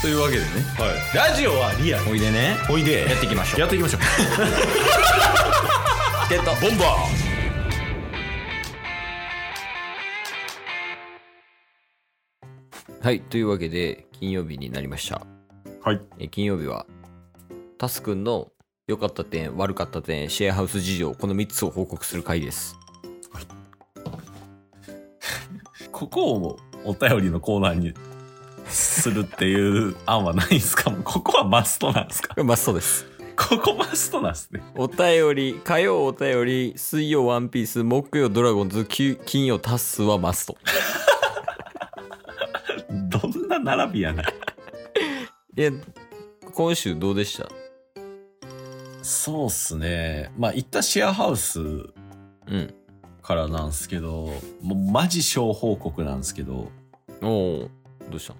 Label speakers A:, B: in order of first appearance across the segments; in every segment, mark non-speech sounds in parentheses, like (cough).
A: というわけでね
B: はい、ラジオはリアル
A: おいでね
B: おいで
A: やっていきましょう
B: やっていきましょう
A: ゲット
B: ボンバ
A: はいというわけで金曜日になりました
B: ーはい
A: え金曜日はタスくんの良かった点悪かった点シェアハウス事情この3つを報告する回です
B: ここをお便りのコーナーにするっていう案はないんですかもうここはマストなんですか
A: まあそうです
B: ここマストなんですね
A: お便り火曜お便り水曜ワンピース木曜ドラゴンズき金曜タスはマスト
B: どんな並びやない
A: や今週どうでした
B: そうっすねまあ一旦シェアハウス
A: うん
B: からなんですけどもうマジ小報告なんですけど
A: おおどうし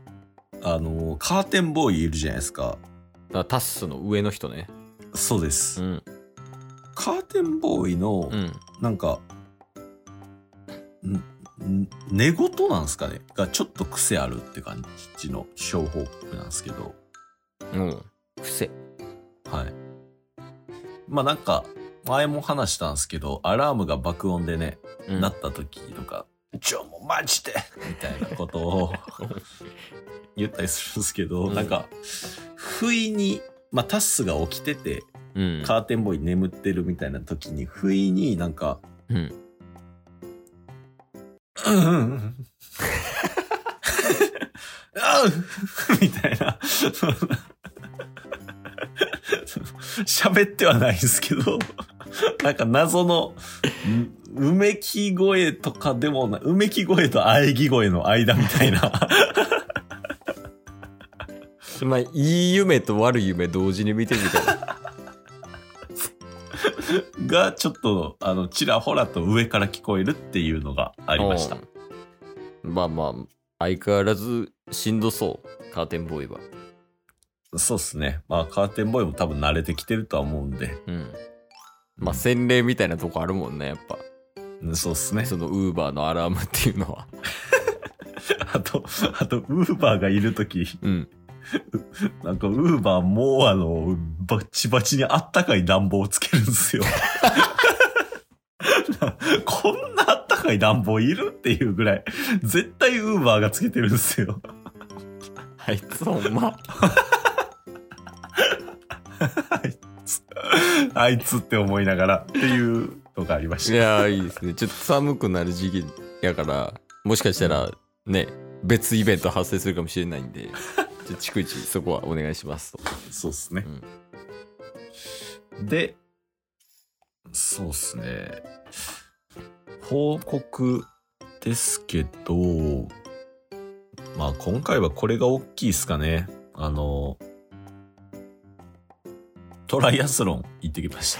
B: あのカーテンボーイいるじゃないですか
A: たあタスの上の人ね
B: そうです、
A: うん
B: カーテンボーイの
A: うん
B: なんか、んん寝言なんですかねがちょっと癖あるって感じの小報告なんですけど、
A: うん癖
B: はい。まあなんか、前も話したんですけど、アラームが爆音でね、
A: うん
B: なった時とか、ちょ、もうマジでみたいなこと
A: (laughs)
B: を言ったりするんですけど、
A: うん
B: なんか、不意に、まあタッスが起きてて、
A: うん
B: カーテンボーイ眠ってるみたいな時に、不意になんか、
A: うん
B: うんうんうん。あうみたいな。その喋ってはないですけど、なんか謎の、んうめき声とかでもな、うめき声とあえぎ声の間みたいな。
A: まあいい夢と悪い夢同時に見てるみたいな
B: が、ちょっと、あの、ちらほらと上から聞こえるっていうのが
A: (laughs)
B: あ
A: あ
B: りました。
A: まあまあ相変わらずしんどそうカーテンボーイは
B: そうですね。まあ、カーテンボーイも多分慣れてきてるとは思うんで。
A: うんまあ洗礼みたいなとこあるもんねやっぱ
B: うんそうですね。
A: そのウーバーのアラームっていうのは
B: あと、あと、ウーバーがいるとき、
A: うん
B: なんか、ウーバーもうあの、バッチバチにあったかい暖房をつけるんですよ。 (laughs) こんなあったかい暖房いるっていうぐらい、絶対ウーバーがつけてるんですよ。
A: (laughs) あいつほんま
B: あいつって思いながらっていうのがありま
A: い
B: した。
A: やーいいですねちょっと寒くなる時期やからもしかしたらね別イベント発生するかもしれないんで (laughs) ちょ逐一そこはお願いしますと
B: そうっすね。で、そうっすね。報告ですけど、まあ今回はこれが大きいっすかね。あの、トライアスロン行ってきまし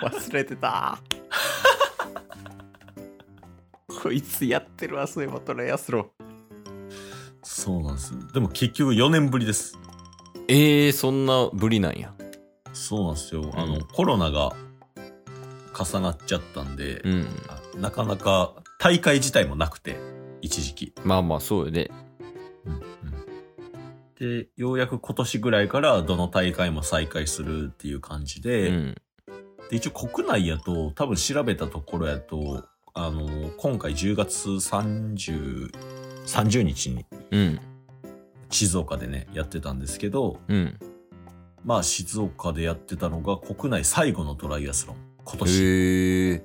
B: た。
A: 忘れてた (laughs) こいつやってるわそういえばトライアスロン
B: そうなんです。でも結局4年ぶりです。
A: えー、そんなぶりなんや
B: そうなんですよ。あ
A: う
B: の、
A: ん
B: コロナが重なっちゃったんで、
A: うん
B: あなかなか大会自体もなくて、一時期。
A: まあまあそうよね
B: で、ようやく今年ぐらいからどの大会も再開するっていう感じ
A: う
B: で、
A: ん
B: で、一応国内やと、多分調べたところやと、あの、今回10月30、30日に
A: うん
B: 静岡でね、やってたんですけど、
A: うん
B: まあ静岡でやってたのが国内最後のトライアスロン、今年。
A: へえ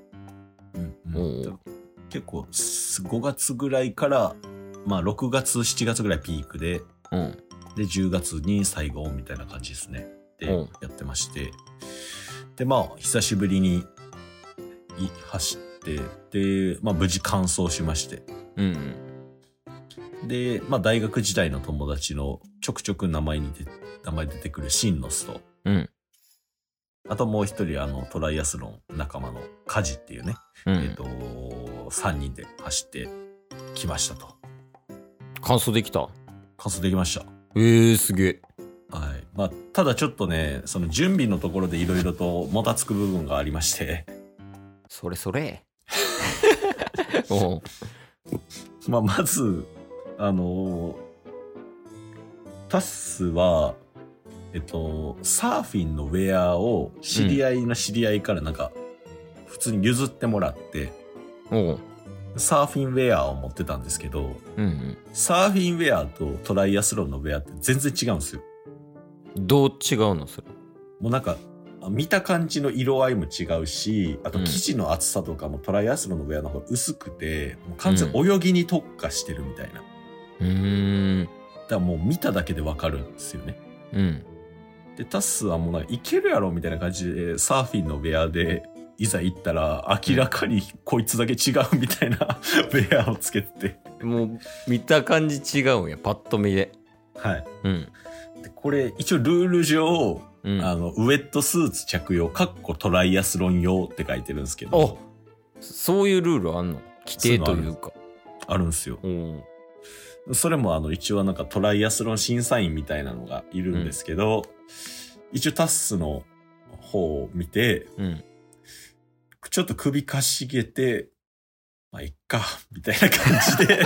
B: うんうん
A: おう
B: 結構、す5月ぐらいから、まあ6月、7月ぐらいピークで、
A: うん
B: で、10月に最後みたいな感じですね。で、
A: うん
B: やってまして。で、まあ、久しぶりにい走って、で、まあ、無事完走しまして。
A: うん
B: で、まあ、大学時代の友達のちょくちょく名前に出名前出てくるシンノスと、
A: うん
B: あともう一人、あの、トライアスロン仲間のカジっていうね、
A: うん、
B: えっ、と、3人で走ってきましたと。
A: 完走できた
B: 完走できました。
A: えー、すげえ
B: はい。まあ、ただちょっとね、その準備のところでいろいろともたつく部分がありまして、
A: それそれ (laughs) おう
B: まあ、まず、あのータッスは、えっと、サーフィンのウェアを知り合いの知り合いからなんか、普通に譲ってもらって、
A: おう
B: サーフィンウェアを持ってたんですけど、
A: うん
B: サーフィンウェアとトライアスロンのウェアって全然違うんです
A: う
B: よ。
A: んどう違うのそれ
B: もうなんか、見た感じの色合いも違うし、あと
A: うん
B: 生地の厚さとかもトライアスロンのウェアの方が薄くて、もう完全に泳ぎに特化してるみたいな。
A: うーん
B: だからもう見ただけでわかるんですよね。
A: うん
B: で、タスはもうなんかいけるやろみたいな感じで、サーフィンのウェアで、いざ行ったら明らかにこいつだけ違うみたいな (laughs) ウェアをつけてて。
A: もう見た感じ違うんやパッと見で
B: はい。
A: うん
B: で、これ一応ルール上、
A: うん
B: あの、ウェットスーツ着用、かっこトライアスロン用って書いてるんですけ
A: お
B: ど、
A: そういうルールあんの規定というか
B: あるんですよ。
A: おう
B: それもあの、一応なんかトライアスロン審査員みたいなのがいるんですけど、一応タッスの方を見て、
A: うん
B: ちょっと首かしげて、まあ、いっか、みたいな感じで、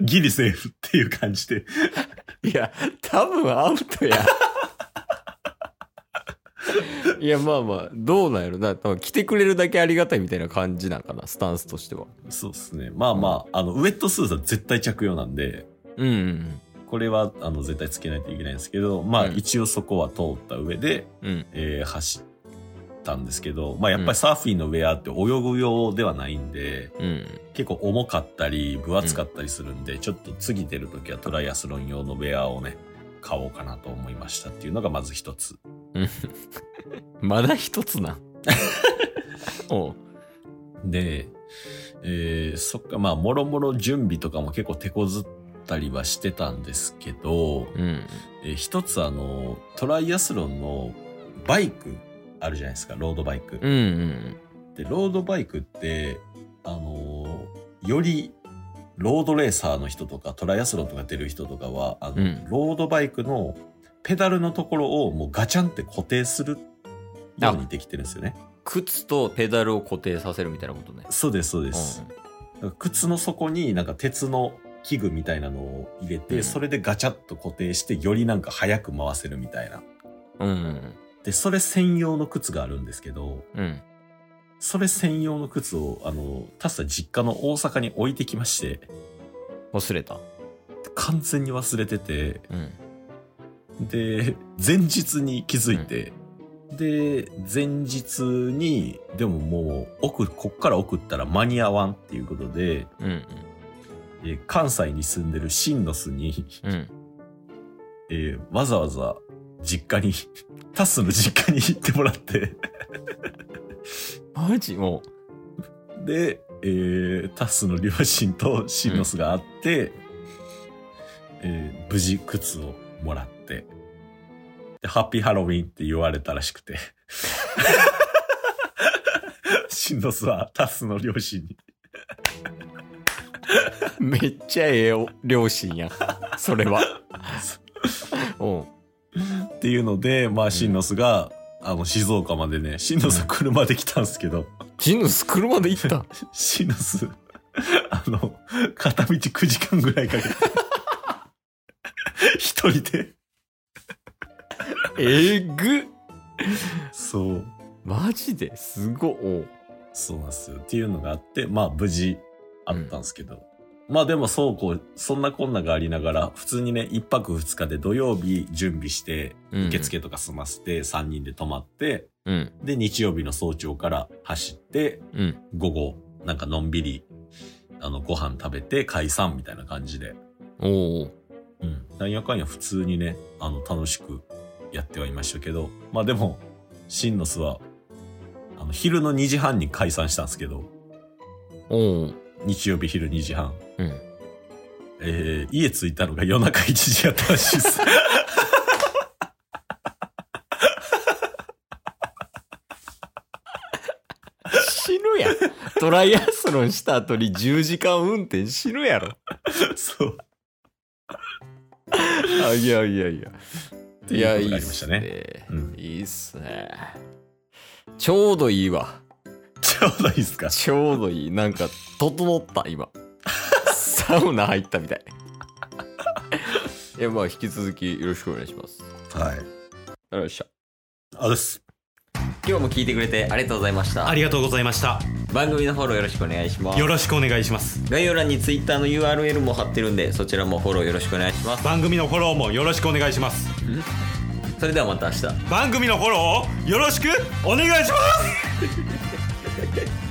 B: ギリセーフっていう感じで、
A: いや多分アウトや (laughs) いやまあまあどうなんやろな多分来てくれるだけありがたいみたいな感じなんかなスタンスとしては
B: そうですね。まあまあ、あの、ウェットスーツは絶対着用なんで、
A: うんうん
B: これは、あの、絶対つけないといけないんですけど、まあ、
A: うん
B: 一応そこは通った上で、
A: うん
B: えー走ったんですけど、まあ、やっぱりサーフィンのウェアって泳ぐ用ではないんで、
A: うん
B: 結構重かったり、分厚かったりするんで、ちょっと次出るときはトライアスロン用のウェアをね、買おうかなと思いましたっていうのがまず一つ。
A: まだ一つ (laughs) なおう
B: で、えー、そっか、まあ、もろもろ準備とかも結構手こずったりはしてたんですけど、
A: うん
B: えー一つあの、トライアスロンのバイクあるじゃないですか、ロードバイク。
A: うんうん
B: で、ロードバイクって、あのーより、ロードレーサーの人とか、トライアスロンとか出る人とかは、あの、
A: うん
B: ロードバイクのペダルのところをもうガチャンって固定するようにできてるんですよね。
A: 靴とペダルを固定させるみたいなことね
B: そうです、そうです。だから靴の底になんか鉄の器具みたいなのを入れて、
A: うん
B: それでガチャッと固定して、よりなんか早く回せるみたいな。
A: うんうん
B: で、それ専用の靴があるんですけど、
A: うん
B: それ専用の靴を、あの、タスタ実家の大阪に置いてきまして、
A: 忘れた
B: 完全に忘れてて、
A: うん
B: で、前日に気づいて、で、前日に、でももう、送こっから送ったら間に合わんっていうことで、
A: うん
B: えー関西に住んでるシンノスに、
A: うんうん
B: えーわざわざ実家に、タスの実家に行ってもらって、
A: マジも
B: で、えータスの両親とシンノスがあって、えー無事靴をもらって、で、ハッピーハロウィンって言われたらしく (laughs) て。シンノスはタスの両親に。
A: うめっちゃええお両親
B: (laughs)
A: やそれはおう
B: っていうので、まあシンノスが、あの、静岡までね、シンノスは車で来たんですけど、
A: ジヌス車で行った
B: シンノス、あの、片道9時間ぐらいかけて、一人で、
A: えぐ
B: そう。
A: マジですごいおう
B: そうなんですよ。っていうのがあって、まあ無事あったんですけど。まあでもそうこう、そんなこんながありながら、普通にね、一泊二日で土曜日準備して、
A: うん
B: 受付とか済ませて、三人で泊まって、
A: うん
B: で、日曜日の早朝から走って、
A: うん
B: 午後、なんかのんびり、あの、ご飯食べて解散みたいな感じで。
A: おう
B: うん。なんやかんや普通にね、あの、楽しくやってはいましたけど、まあでも、シンノスは、あの、昼の2時半に解散したんですけど、
A: おう
B: 日曜日昼2時半。
A: うん
B: (laughs) えー、家着いたのが夜中1時やったらしい (laughs) です。
A: 死ぬやんトライアスロンした後に10時間運転死ぬやろ
B: そう。
A: (laughs) あいやいやいや
B: っていうことがありましたね。
A: ね
B: うん
A: いいっすねちょうどいいわ
B: ちょうどいいですか。
A: ち (laughs) ょうどいいなんか整った今 (laughs) サウナ入ったみたいいや、まあ、引き続きよろしくお願いします。
B: はい。
A: よっしゃ。
B: あです。
A: 今日も聞いてくれてありがとうございました
C: あ。りがとうございました。
A: 番組のフォローよろしくお願いします
C: よ。ろしくお願いします。
A: 概要欄に Twitter の URL も貼ってるんで、そちらもフォローよろしくお願いします。
C: 番組のフォローもよろしくお願いします。
A: それではまた明日。
C: 番組のフォローをよろしくお願いします